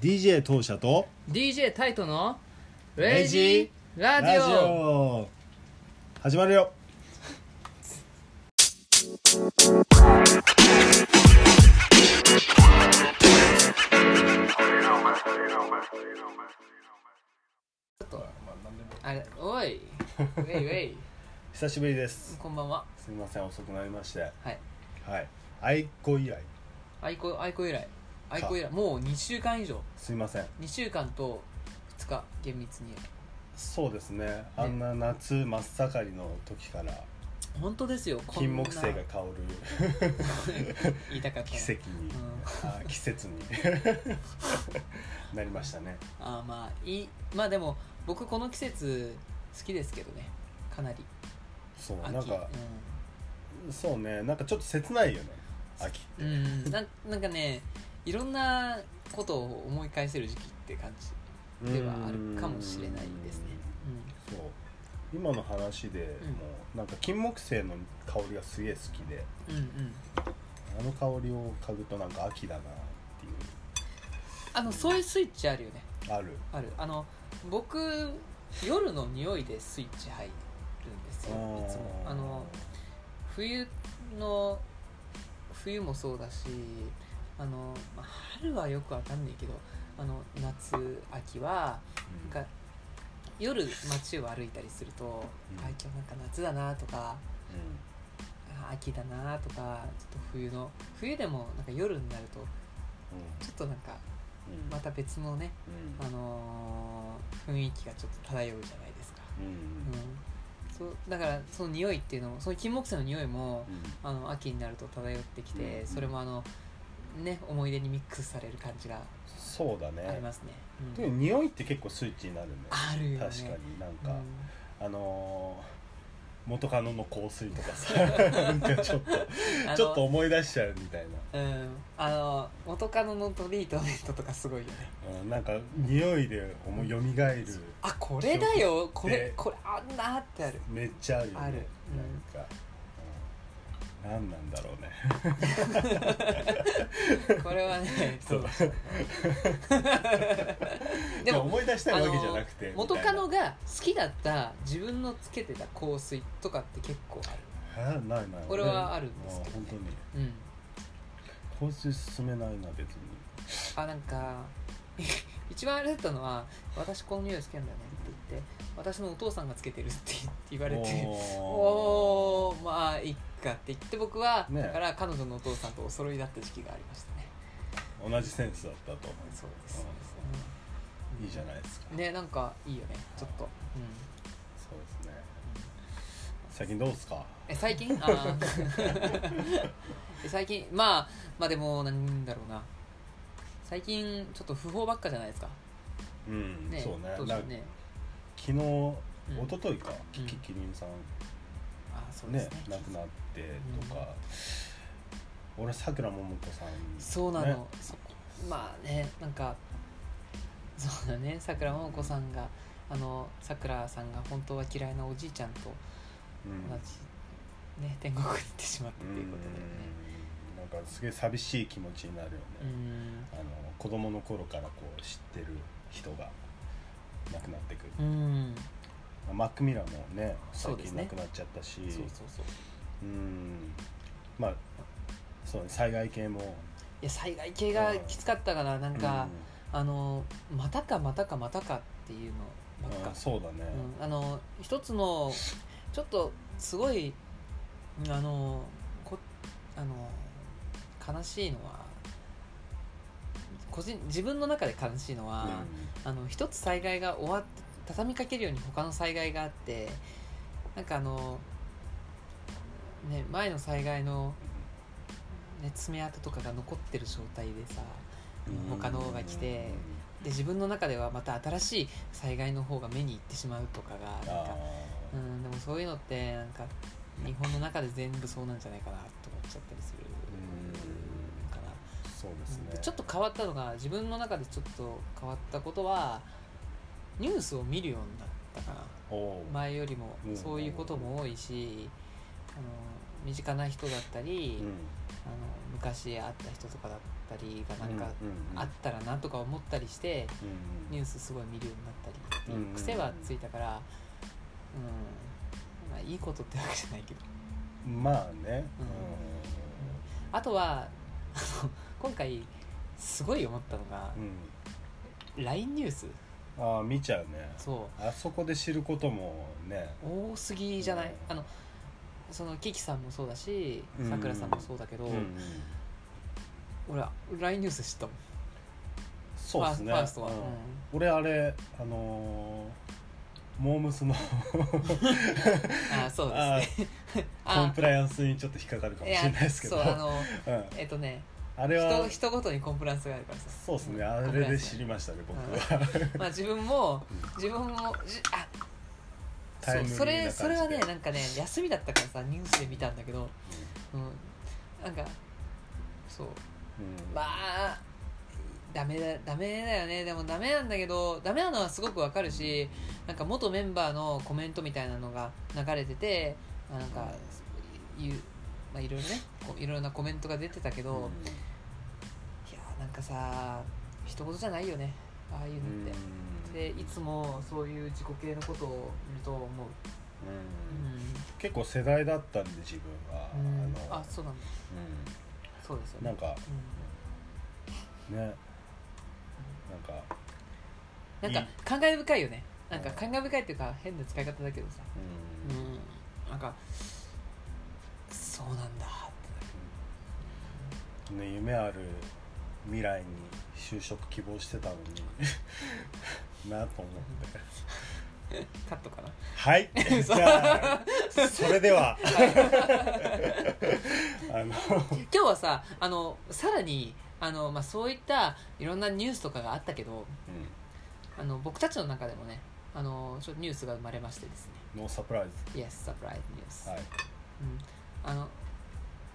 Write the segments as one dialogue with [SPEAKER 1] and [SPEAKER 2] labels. [SPEAKER 1] DJ 当社と
[SPEAKER 2] DJ タイトのレイジーラジオ
[SPEAKER 1] オ始まるよ
[SPEAKER 2] あれおいウェイウェイ
[SPEAKER 1] 久しぶりです
[SPEAKER 2] こんばんは
[SPEAKER 1] すみません遅くなりまして
[SPEAKER 2] はい
[SPEAKER 1] はい愛子以来
[SPEAKER 2] アイコアイコ以来アイコ以来もう2週間以上
[SPEAKER 1] すいません
[SPEAKER 2] 2週間と2日厳密に
[SPEAKER 1] そうですねあんな夏真っ盛りの時から
[SPEAKER 2] 本当ですよこん
[SPEAKER 1] 金
[SPEAKER 2] な
[SPEAKER 1] 木犀が香る
[SPEAKER 2] 言いたかった
[SPEAKER 1] 奇
[SPEAKER 2] な
[SPEAKER 1] 跡に
[SPEAKER 2] うん
[SPEAKER 1] あ季節に なりましたね
[SPEAKER 2] あーまあいいまあでも僕この季節好きですけどねかなり
[SPEAKER 1] そう
[SPEAKER 2] 秋
[SPEAKER 1] なんか
[SPEAKER 2] う
[SPEAKER 1] そうねなんかちょっと切ないよね秋
[SPEAKER 2] ん、うん、なんなんかねいろんなことを思い返せる時期って感じではあるかもしれないですねう
[SPEAKER 1] そう今の話で
[SPEAKER 2] うん
[SPEAKER 1] もうなんか金木犀の香りがすげえ好きで
[SPEAKER 2] んうんうん
[SPEAKER 1] あの香りを嗅ぐとなんか秋だなっていう
[SPEAKER 2] あのそういうスイッチあるよね
[SPEAKER 1] ある
[SPEAKER 2] あるあの僕夜の匂いでスイッチ入るんですよいつもあの冬の冬もそうだしあの、まあ、春はよくわかんないけどあの夏秋は
[SPEAKER 1] うん
[SPEAKER 2] なんか夜街を歩いたりすると、
[SPEAKER 1] うん
[SPEAKER 2] あ今日なんか夏だなとか
[SPEAKER 1] う
[SPEAKER 2] あ秋だなとかちょっと冬の冬でもなんか夜になると
[SPEAKER 1] んうん
[SPEAKER 2] ちょっとなんか
[SPEAKER 1] うん
[SPEAKER 2] また別のね、
[SPEAKER 1] うん
[SPEAKER 2] あのー雰囲気がちょっと漂うじゃないですか、
[SPEAKER 1] うん
[SPEAKER 2] うん、そうだからその匂いっていうのもその金木犀の匂いも
[SPEAKER 1] う
[SPEAKER 2] あの秋になると漂ってきて、
[SPEAKER 1] うん
[SPEAKER 2] それもあのね思い出にミックスされる感じが
[SPEAKER 1] んそうだ
[SPEAKER 2] あり
[SPEAKER 1] ね
[SPEAKER 2] ますね、う
[SPEAKER 1] で
[SPEAKER 2] ん
[SPEAKER 1] も匂いって結構スイッチになるね
[SPEAKER 2] あるよね
[SPEAKER 1] 確かになん
[SPEAKER 2] う
[SPEAKER 1] か
[SPEAKER 2] ん
[SPEAKER 1] あのー元カノの香水とか さなんかちょっと
[SPEAKER 2] あの
[SPEAKER 1] ちょっと思い出しちゃうみたい
[SPEAKER 2] うんあの元カノのトリートメントとかすごいよね
[SPEAKER 1] な、うん、なんか匂いで思い蘇る
[SPEAKER 2] あこれだよこれ
[SPEAKER 1] で
[SPEAKER 2] これあんなってある
[SPEAKER 1] めっちゃあるよね
[SPEAKER 2] あるうん
[SPEAKER 1] なんか、うん、何なんだろうね
[SPEAKER 2] これはね
[SPEAKER 1] そう
[SPEAKER 2] でも
[SPEAKER 1] 思い出したいわけじゃなくて
[SPEAKER 2] あの元カノ
[SPEAKER 1] み
[SPEAKER 2] が好きだった自分のつけてた香水とかって結構ある
[SPEAKER 1] たいなあないない
[SPEAKER 2] 俺はあるんですけどね
[SPEAKER 1] もう本
[SPEAKER 2] うん
[SPEAKER 1] 当に香水進めないな別に
[SPEAKER 2] あなんか 一番あれだったのは「私この匂い好きなんだよね」って言って「私のお父さんがつけてる」って言われて「
[SPEAKER 1] おー
[SPEAKER 2] おーまあいっか」って言って僕は、
[SPEAKER 1] ね
[SPEAKER 2] だから彼女のお父さんとお揃いだった時期がありましたね
[SPEAKER 1] 同じセンスだったと思う
[SPEAKER 2] そうです
[SPEAKER 1] いいじゃないですか、
[SPEAKER 2] うんねなんかいいよねちょっと、うん
[SPEAKER 1] そうですね最近どうですか
[SPEAKER 2] え 最近あー え最近まあまあでもなんだろうな最近ちょっと不法ばっかじゃないですか
[SPEAKER 1] うん、
[SPEAKER 2] ね
[SPEAKER 1] そうね
[SPEAKER 2] どうし
[SPEAKER 1] な
[SPEAKER 2] よ
[SPEAKER 1] ん
[SPEAKER 2] う
[SPEAKER 1] か
[SPEAKER 2] ね
[SPEAKER 1] 昨日、
[SPEAKER 2] うん
[SPEAKER 1] 一昨日か、キ
[SPEAKER 2] うん
[SPEAKER 1] キキリンさん
[SPEAKER 2] あそうで
[SPEAKER 1] ね
[SPEAKER 2] すね
[SPEAKER 1] 亡くなってとか、俺さくらももこさん
[SPEAKER 2] そうなの、
[SPEAKER 1] ね
[SPEAKER 2] そこまあねなんかそうだねさくらももこさんがあのさくらさんが本当は嫌いなおじいちゃん
[SPEAKER 1] う
[SPEAKER 2] と同
[SPEAKER 1] ん
[SPEAKER 2] じ、ね天国に行ってしまった
[SPEAKER 1] う
[SPEAKER 2] と
[SPEAKER 1] ん
[SPEAKER 2] いうことでね
[SPEAKER 1] なんかすげえ寂しい気持ちになるよね、
[SPEAKER 2] うん
[SPEAKER 1] あの子供の頃からこう知ってる人が亡くなってくる、
[SPEAKER 2] うん
[SPEAKER 1] マック・ミラーもね
[SPEAKER 2] そ
[SPEAKER 1] 最
[SPEAKER 2] うです
[SPEAKER 1] 近
[SPEAKER 2] ね
[SPEAKER 1] 亡くなっちゃったし
[SPEAKER 2] そうそうそう
[SPEAKER 1] うんまあそうね災害系も
[SPEAKER 2] いや災害系がきつかったからなんか、あのまたかまたかまたかっていう
[SPEAKER 1] うん
[SPEAKER 2] のばっか
[SPEAKER 1] うん、そうだね、
[SPEAKER 2] うん、あの一つのちょっとすごいあのこあの悲しいのは個人自分の中で悲しいのは、あの一つ災害が終わって畳みかけるように他の災害があってなんかあの、ね、前の災害の、ね、爪痕とかが残ってる状態でさ
[SPEAKER 1] うん
[SPEAKER 2] 他の方が来てで自分の中ではまた新しい災害の方が目に行ってしまうとかがなん
[SPEAKER 1] あ
[SPEAKER 2] かうんでもそういうのってなんか日本の中で全部そうなんじゃないかなと思っちゃったりする
[SPEAKER 1] うん
[SPEAKER 2] かな、
[SPEAKER 1] ーそうですね
[SPEAKER 2] でちょっと変わったのが自分の中でちょっと変わったことはニュースを見るようになったかな
[SPEAKER 1] とおう
[SPEAKER 2] 前よりも
[SPEAKER 1] うん
[SPEAKER 2] そういうことも多いし、あの身近な人だったり、
[SPEAKER 1] うん
[SPEAKER 2] ああの昔会った人とかだったりがなんか
[SPEAKER 1] うんうんうん
[SPEAKER 2] あったらなとか思ったりして
[SPEAKER 1] うんうん
[SPEAKER 2] ニュースすごい見るようになったりっていう
[SPEAKER 1] うん
[SPEAKER 2] 癖はついたからうんまあいいことってわけじゃないけど
[SPEAKER 1] まあね、
[SPEAKER 2] うんあとはあの今回すごい思ったのが
[SPEAKER 1] うん
[SPEAKER 2] LINE ニュース
[SPEAKER 1] ああ見ちゃうね
[SPEAKER 2] そ
[SPEAKER 1] あそこで知ることもね
[SPEAKER 2] う多すぎじゃない
[SPEAKER 1] うん
[SPEAKER 2] あのそのキキさんもそうだし
[SPEAKER 1] うん
[SPEAKER 2] さくらさんもそうだけど、
[SPEAKER 1] うん
[SPEAKER 2] 俺 LINE ニュース知ったもん
[SPEAKER 1] そうですね
[SPEAKER 2] ファーストは、
[SPEAKER 1] う
[SPEAKER 2] うんん
[SPEAKER 1] 俺あれあのーモームスの
[SPEAKER 2] ああそう
[SPEAKER 1] あ
[SPEAKER 2] ですね
[SPEAKER 1] コン
[SPEAKER 2] あ
[SPEAKER 1] プライアンスにちょっと引っかかるかもしれないですけど
[SPEAKER 2] いやそうあの
[SPEAKER 1] うん、
[SPEAKER 2] えっとね
[SPEAKER 1] あれは
[SPEAKER 2] 人人ごとにコンプライアンスがあるからさ
[SPEAKER 1] そうですね
[SPEAKER 2] ん
[SPEAKER 1] あ
[SPEAKER 2] コンプ
[SPEAKER 1] れ
[SPEAKER 2] ライアン
[SPEAKER 1] で
[SPEAKER 2] ス
[SPEAKER 1] 知りましたね僕は、
[SPEAKER 2] まあ自分も
[SPEAKER 1] うん
[SPEAKER 2] 自分もじあ
[SPEAKER 1] タ
[SPEAKER 2] そ
[SPEAKER 1] イ
[SPEAKER 2] う
[SPEAKER 1] ムリーな
[SPEAKER 2] それ
[SPEAKER 1] 感じで
[SPEAKER 2] それはねなんかね休みだったからさニュースで見たんだけど、うん、なんかそう
[SPEAKER 1] うん
[SPEAKER 2] まあダメだダメだよねでもダメなんだけどダメなのはすごくわかるしなんか元メンバーのコメントみたいなのが流れててまあなんかいう、まあ、いろいろねこういろいろなコメントが出てたけど、
[SPEAKER 1] うん
[SPEAKER 2] いやーなんかさ一言じゃないよねああいうのって、でいつもそういう自己系のことを見ると思う、
[SPEAKER 1] うん
[SPEAKER 2] う
[SPEAKER 1] 結構世代だったんで自分は、
[SPEAKER 2] ん
[SPEAKER 1] あの
[SPEAKER 2] あそうなん
[SPEAKER 1] う
[SPEAKER 2] だそうですよ
[SPEAKER 1] ん、
[SPEAKER 2] ね
[SPEAKER 1] なんか
[SPEAKER 2] う
[SPEAKER 1] ねなんか
[SPEAKER 2] ん、なんか感慨深いよねなんか感慨深いっていうか変な使い方だけどさ
[SPEAKER 1] うん、
[SPEAKER 2] うんなんかそうなんだって
[SPEAKER 1] ね、夢ある未来に就職希望してたのに なと思って
[SPEAKER 2] カットかな
[SPEAKER 1] はいじゃあそれでは あの
[SPEAKER 2] 今日はさあのさらにあの、まあ、そういったいろんなニュースとかがあったけどあの僕たちの中でもねあのちょっとニュースが生まれましてですね
[SPEAKER 1] ノーサプライズ
[SPEAKER 2] Yes, surprise news、
[SPEAKER 1] はい
[SPEAKER 2] うん、あの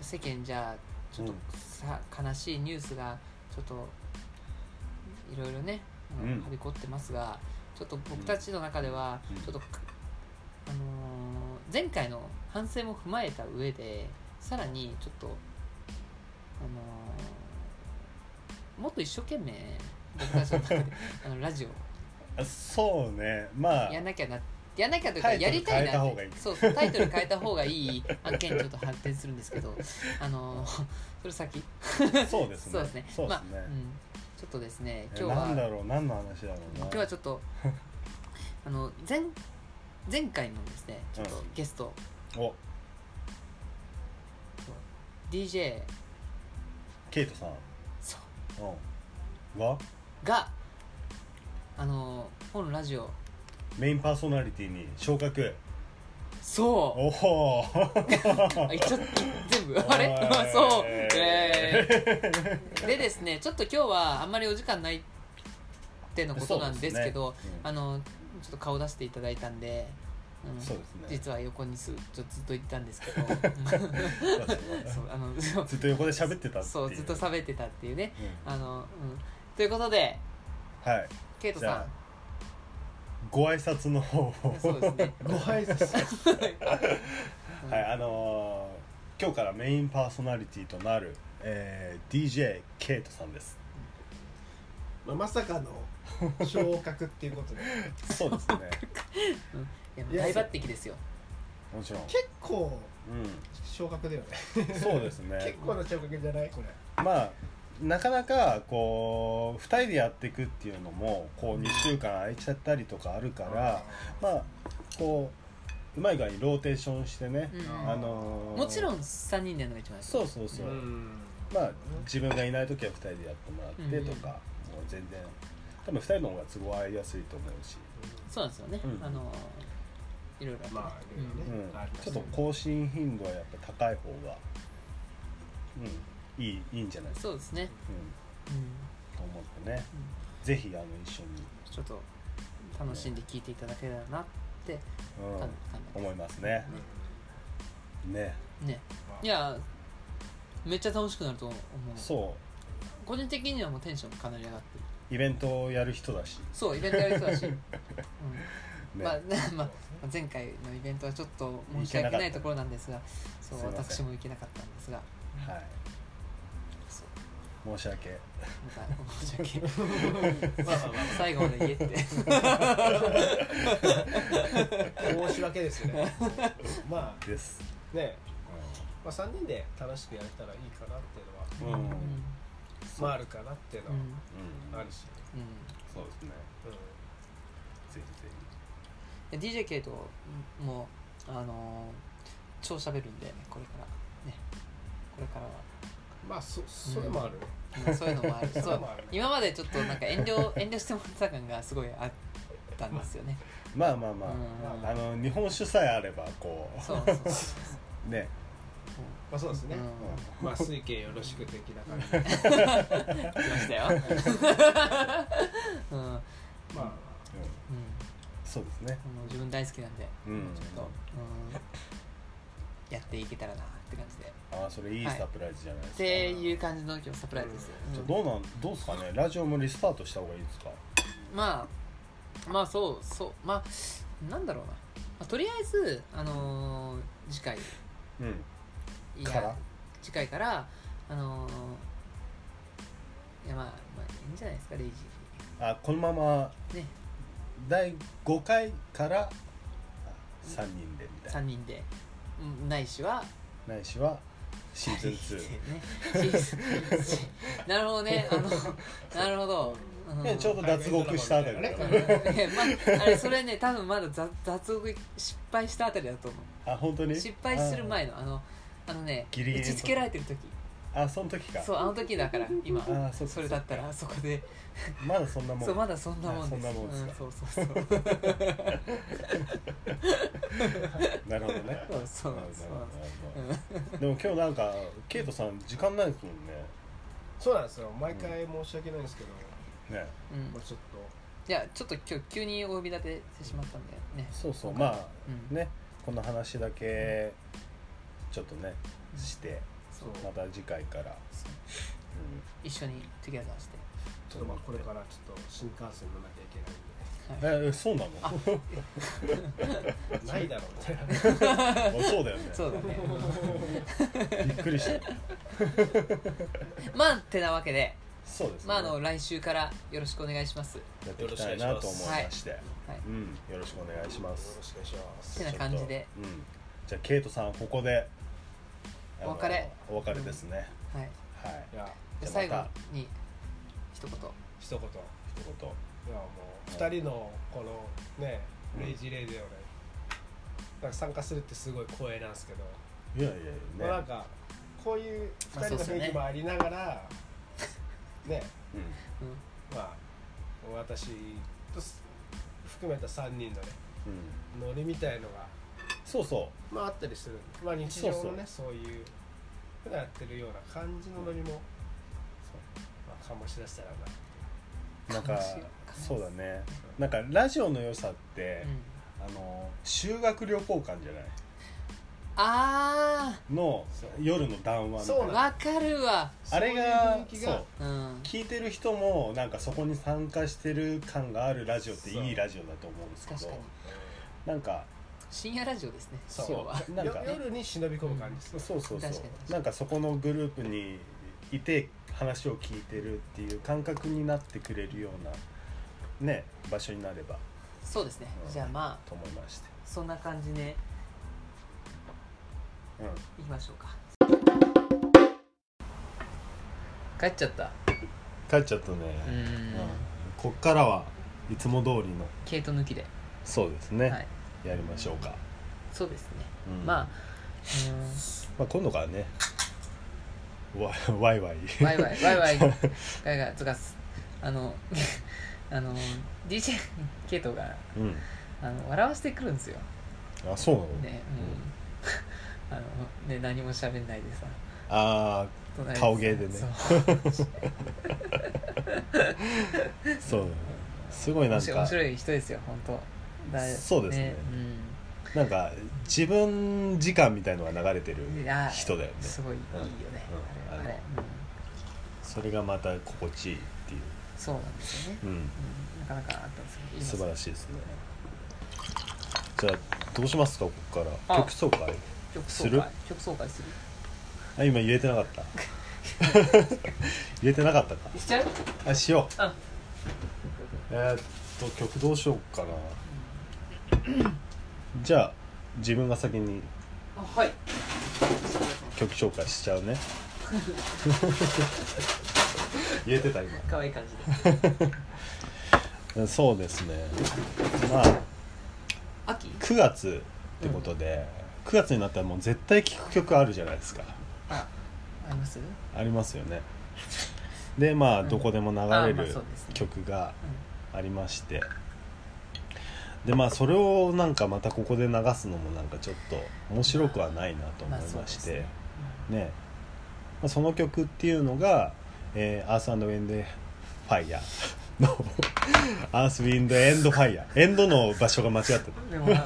[SPEAKER 2] 世間じゃちょっとさ、悲しいニュースがちょっといろいろね、あの
[SPEAKER 1] うん
[SPEAKER 2] はびこってますがちょっと僕たちの中では、
[SPEAKER 1] うん
[SPEAKER 2] ちょっと、かあのー前回の反省も踏まえた上でさらにちょっと、あのーもっと一生懸命僕たち の中であのラジオ
[SPEAKER 1] あそうねまあ
[SPEAKER 2] やんなきゃなやんなきゃというか
[SPEAKER 1] タイト
[SPEAKER 2] や
[SPEAKER 1] ル
[SPEAKER 2] りたい
[SPEAKER 1] 変え
[SPEAKER 2] な
[SPEAKER 1] た方がいい
[SPEAKER 2] そうそうタイトル変えた方がいい案件にちょっと発展するんですけ どあのそれ先
[SPEAKER 1] そうですね
[SPEAKER 2] そうですね
[SPEAKER 1] そうです
[SPEAKER 2] ま
[SPEAKER 1] ね
[SPEAKER 2] あうん、ちょっとですね
[SPEAKER 1] え
[SPEAKER 2] 今日
[SPEAKER 1] なんだ
[SPEAKER 2] は
[SPEAKER 1] ろう何の話だろうな
[SPEAKER 2] 今日はちょ っとあの前前回のですねちょっと
[SPEAKER 1] う
[SPEAKER 2] ゲスト、
[SPEAKER 1] お
[SPEAKER 2] DJ
[SPEAKER 1] ケイトさん
[SPEAKER 2] そう
[SPEAKER 1] うんが
[SPEAKER 2] があの本ラジオ
[SPEAKER 1] メインパーソナリティに昇格
[SPEAKER 2] そう
[SPEAKER 1] おお
[SPEAKER 2] あ一応全部 あれ
[SPEAKER 1] お い
[SPEAKER 2] あそうえーでですねちょっと今日はあんまりお時間ないってのことなんですけ
[SPEAKER 1] そ
[SPEAKER 2] ど
[SPEAKER 1] うですねうん
[SPEAKER 2] あのちょっと顔出していただいたんで、うん
[SPEAKER 1] そうですね
[SPEAKER 2] 実は横にすちょずっと行ったんです けどそうあのそう
[SPEAKER 1] ずっと横で喋ってたっていう
[SPEAKER 2] そうずっと喋ってたっていうね
[SPEAKER 1] うん
[SPEAKER 2] あの、うん、ということで
[SPEAKER 1] はい
[SPEAKER 2] ケイト
[SPEAKER 1] じゃ
[SPEAKER 2] さ
[SPEAKER 1] あご挨拶の方を
[SPEAKER 2] んそうですね
[SPEAKER 1] ご挨拶
[SPEAKER 2] うん
[SPEAKER 1] はいあのー今日からメインパーソナリティとなる、えー、DJ ケイトさんです
[SPEAKER 3] まあ、まさかの昇格っていうことで
[SPEAKER 1] そうです ね
[SPEAKER 2] いやもう大抜擢ですよ
[SPEAKER 1] もちろん、
[SPEAKER 3] 結構
[SPEAKER 1] う
[SPEAKER 3] 昇格だよね
[SPEAKER 1] ん、そうです
[SPEAKER 3] 結
[SPEAKER 1] ね
[SPEAKER 3] 構な昇格じゃないこれ
[SPEAKER 1] まあなかなかこう2人でやっていくっていうのもこう2週間空いちゃったりとかあるからまあこううまい具合にローテーションしてね
[SPEAKER 2] う、ん
[SPEAKER 1] あのー
[SPEAKER 2] もちろん3人でやるのが一番いい
[SPEAKER 1] そうそうそう、
[SPEAKER 3] ん
[SPEAKER 1] まあ自分がいない時は2人でやってもらってとか、もう全然多分2人の方が都合合いやすいと思うし、
[SPEAKER 2] そうなんですよね、
[SPEAKER 1] うん
[SPEAKER 2] あのいろいろあってね、
[SPEAKER 3] まあいろいろね
[SPEAKER 1] うん
[SPEAKER 3] あります
[SPEAKER 1] ちょっと更新頻度はやっぱ高い方が、うん、いいいいんじゃない
[SPEAKER 2] うん
[SPEAKER 1] ですか、
[SPEAKER 2] そうですね、
[SPEAKER 1] う
[SPEAKER 2] うん
[SPEAKER 1] ん、と思ってね
[SPEAKER 2] うん
[SPEAKER 1] ぜひあの一緒に、
[SPEAKER 2] ちょっと楽しんで聞いていただけたらなって
[SPEAKER 1] うん
[SPEAKER 2] 考え
[SPEAKER 1] 思いますねね
[SPEAKER 2] てねいやめっちゃ楽しくなると思う
[SPEAKER 1] そ
[SPEAKER 2] 個人的にはもうテンションかなり上がってる
[SPEAKER 1] うイベントをやる人だし、
[SPEAKER 2] そうイベントやりそう だし、うん
[SPEAKER 1] ね
[SPEAKER 2] まあ、 まあ、前回のイベントはちょっと申し
[SPEAKER 1] 行けなか
[SPEAKER 2] 訳
[SPEAKER 1] っ
[SPEAKER 2] ない
[SPEAKER 1] た
[SPEAKER 2] ところなんですがそう
[SPEAKER 1] すいません
[SPEAKER 2] 私も行けなかったんですが
[SPEAKER 1] はい申し訳
[SPEAKER 2] また申し訳ない
[SPEAKER 3] まあまあま
[SPEAKER 2] 最後まで言えって
[SPEAKER 3] あ申し訳ですねま
[SPEAKER 1] です、
[SPEAKER 3] あね、まあ、3人で楽しくやれたらいいかなっていうのは、
[SPEAKER 1] うんうん
[SPEAKER 2] うん
[SPEAKER 3] まああるかなっていうの
[SPEAKER 2] うんうん
[SPEAKER 3] はあるし、
[SPEAKER 1] そうですねぜひぜ
[SPEAKER 2] で DJK ともあのー超喋るんでこれからねこれからは
[SPEAKER 3] うんまあそそれもあるね、
[SPEAKER 2] うんそういうのもある
[SPEAKER 3] そ
[SPEAKER 2] そうう
[SPEAKER 3] いうのもあるね
[SPEAKER 2] 今までちょっとなんか遠慮遠慮してもらってた感がすごいあったんですよね、
[SPEAKER 1] ひまあまあまあ、
[SPEAKER 2] うん
[SPEAKER 1] あの日本酒さえあればこ
[SPEAKER 2] そうそうそう
[SPEAKER 1] うね
[SPEAKER 3] まあそうですね、
[SPEAKER 2] う
[SPEAKER 3] まあ水系よろしく的な感じで、
[SPEAKER 2] ん来ましたようん、うん、も
[SPEAKER 3] ま
[SPEAKER 1] うん
[SPEAKER 3] あ
[SPEAKER 1] そうですね
[SPEAKER 2] う自分大好きなんで
[SPEAKER 1] うん
[SPEAKER 2] ちょっと、うん、やっていけたらなって感じで
[SPEAKER 1] ああそれいい
[SPEAKER 2] はい
[SPEAKER 1] サプライズじゃないです
[SPEAKER 2] っ
[SPEAKER 1] か、
[SPEAKER 2] ていう感じの今日サプライズです、
[SPEAKER 1] じゃ
[SPEAKER 2] うん
[SPEAKER 1] あどうなんどうですかねラジオもリスタートした方がいいですか
[SPEAKER 2] まあまあそうそうまあなんだろうな、まあ、とりあえずあのー次回
[SPEAKER 1] うん
[SPEAKER 2] い
[SPEAKER 1] から
[SPEAKER 2] 次回からあのーいやまあまあいいんじゃないですかレイジ
[SPEAKER 1] あこのまま
[SPEAKER 2] ね
[SPEAKER 1] 第5回から3人でみたい
[SPEAKER 2] 3人で、うん、ないしは
[SPEAKER 1] なないしはシーズン
[SPEAKER 2] 二人でね シーズンなるほどねあのなるほど、
[SPEAKER 1] 2、
[SPEAKER 2] ん
[SPEAKER 1] ね、ちょうど脱獄したあたりだか
[SPEAKER 2] う
[SPEAKER 1] ら
[SPEAKER 2] んいやまあ、あれそれね多分まだ雑雑音失敗したあたりだと思う
[SPEAKER 1] あ本当に
[SPEAKER 2] 失敗する前のあのあのね
[SPEAKER 1] ギリギリ
[SPEAKER 2] 打
[SPEAKER 1] の
[SPEAKER 2] ちつけられてる時
[SPEAKER 1] ああその時か
[SPEAKER 2] そうあの時だから今
[SPEAKER 1] あそっか
[SPEAKER 2] それだったらあそこで
[SPEAKER 1] まだそんなもん
[SPEAKER 2] そうまだそんなもん
[SPEAKER 1] あそ
[SPEAKER 2] です
[SPEAKER 1] んなもんです
[SPEAKER 2] う
[SPEAKER 1] か
[SPEAKER 2] ん、そうそうそう
[SPEAKER 1] なるほどね
[SPEAKER 2] そう そう
[SPEAKER 1] なるほど
[SPEAKER 2] そう
[SPEAKER 1] なるほ
[SPEAKER 2] うん
[SPEAKER 1] どでも今日なんかケイトさん時間ないですもんね
[SPEAKER 3] そうなんですよ毎回申し訳ないんですけど、
[SPEAKER 1] ね
[SPEAKER 2] うん
[SPEAKER 3] まあ、ちょっと
[SPEAKER 2] いやちょっと今日急にお呼び立てしてしまったんでね
[SPEAKER 1] そうそうまあ
[SPEAKER 2] うん
[SPEAKER 1] ねこの話だけちょっとねして
[SPEAKER 3] そう
[SPEAKER 1] また次回から、うん、
[SPEAKER 2] 一緒にトゥギャザーして
[SPEAKER 3] ちょっとまあこれからちょっと新幹線乗らなきゃいけな
[SPEAKER 1] えそうなの あ
[SPEAKER 3] いんでないだろうみたいな
[SPEAKER 1] そうだよね
[SPEAKER 2] そうだね
[SPEAKER 1] びっくりした
[SPEAKER 2] うんまあてなわけで
[SPEAKER 1] そうですね、
[SPEAKER 2] まああの来週からよろしくお願いします
[SPEAKER 1] やっていきたいなと思いまして、
[SPEAKER 2] はい
[SPEAKER 1] うん、よろしくお願いしま
[SPEAKER 3] よ
[SPEAKER 1] す
[SPEAKER 3] ろしくお願いします
[SPEAKER 2] てな感じで
[SPEAKER 1] ちょっとうん、じゃあケイトさんここであの
[SPEAKER 2] お別れ
[SPEAKER 1] お別れですね、
[SPEAKER 2] はい
[SPEAKER 1] はい
[SPEAKER 3] いや
[SPEAKER 1] じ
[SPEAKER 2] で
[SPEAKER 1] ゃあ
[SPEAKER 2] 最後
[SPEAKER 1] また
[SPEAKER 2] に一言
[SPEAKER 3] 一言いや
[SPEAKER 1] 一言
[SPEAKER 3] もう2人のこのね
[SPEAKER 1] うん
[SPEAKER 3] レイジレイデオねなんか参加するってすごい光栄なんですけど、
[SPEAKER 1] いやいやい
[SPEAKER 3] まあ
[SPEAKER 1] や
[SPEAKER 3] なん
[SPEAKER 1] ね、
[SPEAKER 3] かこういう2人
[SPEAKER 2] まあ
[SPEAKER 3] の
[SPEAKER 2] そうっす
[SPEAKER 3] 雰囲
[SPEAKER 2] ね
[SPEAKER 3] 気もありなが らね
[SPEAKER 1] うん、
[SPEAKER 2] うん
[SPEAKER 3] まあ私と含めた3人のね
[SPEAKER 1] うん、
[SPEAKER 3] ノリみたいのが
[SPEAKER 1] そうそ
[SPEAKER 3] まああったりするまあ日常のねそういう普段やってるような感じのノリも、まあ、醸し出したらな
[SPEAKER 1] うなんか
[SPEAKER 2] 悲しい
[SPEAKER 1] そうだねなんかラジオの良さって
[SPEAKER 2] う、ん
[SPEAKER 1] あの修学旅行感じゃない
[SPEAKER 2] あ
[SPEAKER 1] の
[SPEAKER 3] そう
[SPEAKER 1] 夜の談話みたい
[SPEAKER 3] そう
[SPEAKER 2] ー
[SPEAKER 3] なん
[SPEAKER 2] わかるわ
[SPEAKER 1] あれが
[SPEAKER 3] そういう雰囲気
[SPEAKER 1] そ
[SPEAKER 3] が
[SPEAKER 1] う
[SPEAKER 2] うん
[SPEAKER 1] 聞いてる人もなんかそこに参加してる感があるラジオって
[SPEAKER 3] そう
[SPEAKER 1] いいラジオだと思うんですけ
[SPEAKER 2] 確
[SPEAKER 1] ど
[SPEAKER 2] かに
[SPEAKER 1] なんか
[SPEAKER 2] 深夜ラジオですね
[SPEAKER 3] そう
[SPEAKER 2] 今日
[SPEAKER 1] な
[SPEAKER 2] は
[SPEAKER 1] んか
[SPEAKER 3] よ夜に忍び込む感じです、
[SPEAKER 1] そうそうそう
[SPEAKER 2] 確かに確かに
[SPEAKER 1] なんかそこのグループにいて話を聞いてるっていう感覚になってくれるようなね場所になれば
[SPEAKER 2] そうですね
[SPEAKER 1] うん
[SPEAKER 2] じゃあまあ
[SPEAKER 1] と思いまして、
[SPEAKER 2] そんな感じで
[SPEAKER 1] う
[SPEAKER 2] いきましょうか帰っちゃった
[SPEAKER 1] ん、帰っちゃったね、
[SPEAKER 2] うーん
[SPEAKER 1] うんこっからはいつも通りの
[SPEAKER 2] 毛糸抜きで
[SPEAKER 1] そうですね、
[SPEAKER 2] はい
[SPEAKER 1] やりましょうか、
[SPEAKER 2] そうですね
[SPEAKER 1] うん
[SPEAKER 2] まあ
[SPEAKER 1] まあ今度からねわワイワイ
[SPEAKER 2] うんワイワイワイワイガイガイつかすあのあの DJ ケイトが
[SPEAKER 1] うん
[SPEAKER 2] あの笑わせてくるんですよ
[SPEAKER 1] あそうなの、
[SPEAKER 2] ねうんあのね何も喋んないでさ
[SPEAKER 1] あ
[SPEAKER 2] 隣
[SPEAKER 1] 顔芸でね
[SPEAKER 2] そう
[SPEAKER 1] あそうなのすごいなん
[SPEAKER 2] 面白い面
[SPEAKER 1] か
[SPEAKER 2] 白い人ですよ本当だ
[SPEAKER 1] そうですねなんか自分時間みたいのが流れてる
[SPEAKER 2] うん、いや
[SPEAKER 1] 人だよね
[SPEAKER 2] すごいいいよね、
[SPEAKER 1] うん
[SPEAKER 2] あれあれ、うん
[SPEAKER 1] それがまた心地いいっていう、
[SPEAKER 2] そうなんですよね、
[SPEAKER 1] うん、
[SPEAKER 2] うん、なかなかあったんです
[SPEAKER 1] 素
[SPEAKER 2] けど
[SPEAKER 1] 晴ら
[SPEAKER 2] い
[SPEAKER 1] しいですねじゃあどうしますかここから
[SPEAKER 2] あ
[SPEAKER 1] 曲紹介
[SPEAKER 2] 曲
[SPEAKER 1] す
[SPEAKER 2] 総
[SPEAKER 1] る
[SPEAKER 2] 会曲総会する
[SPEAKER 1] あ今言えてなかった 入れてなかったか
[SPEAKER 2] しちゃう
[SPEAKER 1] あしよう
[SPEAKER 2] うん
[SPEAKER 1] えーっと曲どうしようかな じゃあ自分が先に
[SPEAKER 2] あはい
[SPEAKER 1] 曲紹介しちゃうね 言えてた今
[SPEAKER 2] 可愛い感じで
[SPEAKER 1] うんそうですねまあ
[SPEAKER 2] 秋
[SPEAKER 1] 9月ってことで、9月になったらもう絶対聴く曲あるじゃないですか
[SPEAKER 2] ああります
[SPEAKER 1] ありますよねでまあ
[SPEAKER 2] うん
[SPEAKER 1] どこでも流
[SPEAKER 2] あ
[SPEAKER 1] れ
[SPEAKER 2] まあ
[SPEAKER 1] る
[SPEAKER 2] そうですね
[SPEAKER 1] 曲がありましてでまあそれをなんかまたここで流すのもなんかちょっと面白くはないなと思いまして、
[SPEAKER 2] まあ
[SPEAKER 1] ねまあその曲っていうのが「えー、アースウィンド・ファイヤー」の「アース・ウィンド・エンド・ファイヤー」エンドの場所が間違ってた
[SPEAKER 2] で もな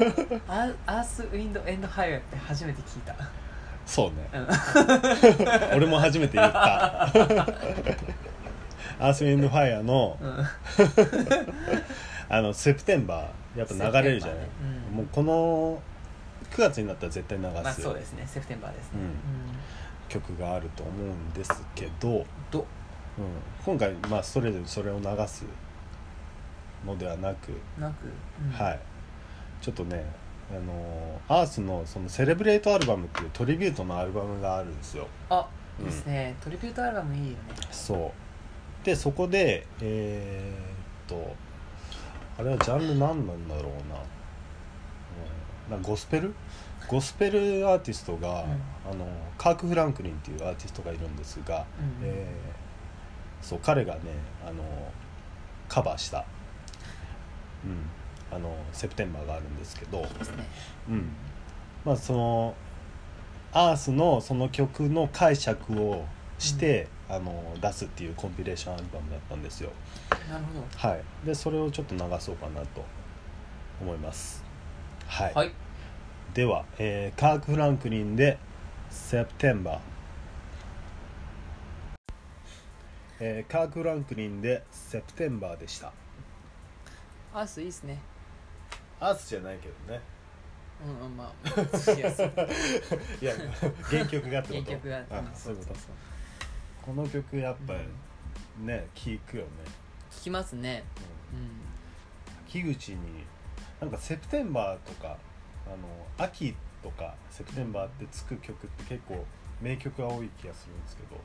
[SPEAKER 2] アアースウィンドエンドハイウェイって初めて聞いた
[SPEAKER 1] そうね
[SPEAKER 2] うん
[SPEAKER 1] 俺も初めて言った「アース・ウィンド・ファイヤーの」
[SPEAKER 2] うん
[SPEAKER 1] あの「セプテンバー」やっぱ流れるじゃない、
[SPEAKER 2] セプテンバーねうん
[SPEAKER 1] もうこの9月になったら絶対流す,、
[SPEAKER 2] まあそうですねセプテンバーですね
[SPEAKER 1] うん曲があると思うんですけど、
[SPEAKER 2] うんど
[SPEAKER 1] うん、今回まあストレートにそれを流すのではなく、
[SPEAKER 2] なく、うん
[SPEAKER 1] はいちょっとねあのーアースのそのセレブレートアルバムっていうトリビュートのアルバムがあるんですよ
[SPEAKER 2] あ
[SPEAKER 1] うん
[SPEAKER 2] ですね、トリビュートアルバムいいよね
[SPEAKER 1] そうでそこでえーっとあれはジャンル何なんだろうな,、うん、なんかゴスペルゴスペルアーティストが、あのカーク・フランクリンっていうアーティストがいるんですが、
[SPEAKER 2] うんうん
[SPEAKER 1] えーそう彼がねあのカバーした、うん、あのセプテンバーがあるんですけど、
[SPEAKER 2] ですね
[SPEAKER 1] うんまあ、そのアースのその曲の解釈をして、あの出すっていうコンピレーションアルバムだったんですよ、
[SPEAKER 2] なるほど
[SPEAKER 1] はい、でそれをちょっと流そうかなと思います、はい
[SPEAKER 2] はい
[SPEAKER 1] では、えーカーク・フランクリンで「セプテンバー」えーカーク・フランクリンで「セプテンバー」でした
[SPEAKER 2] アースいいですね
[SPEAKER 1] アースじゃないけどね
[SPEAKER 2] うんう んまあいやそう
[SPEAKER 1] いや原曲がってこと
[SPEAKER 2] 原曲が
[SPEAKER 1] あ
[SPEAKER 2] ん
[SPEAKER 1] そういうことこの曲やっぱりね聴くよね、
[SPEAKER 2] 聞きますね
[SPEAKER 1] う
[SPEAKER 2] うん
[SPEAKER 1] ん木口になんか「セプテンバー」とか「あの秋」とか「セプテンバー」ってつく曲って結構名曲が多い気がするんですけど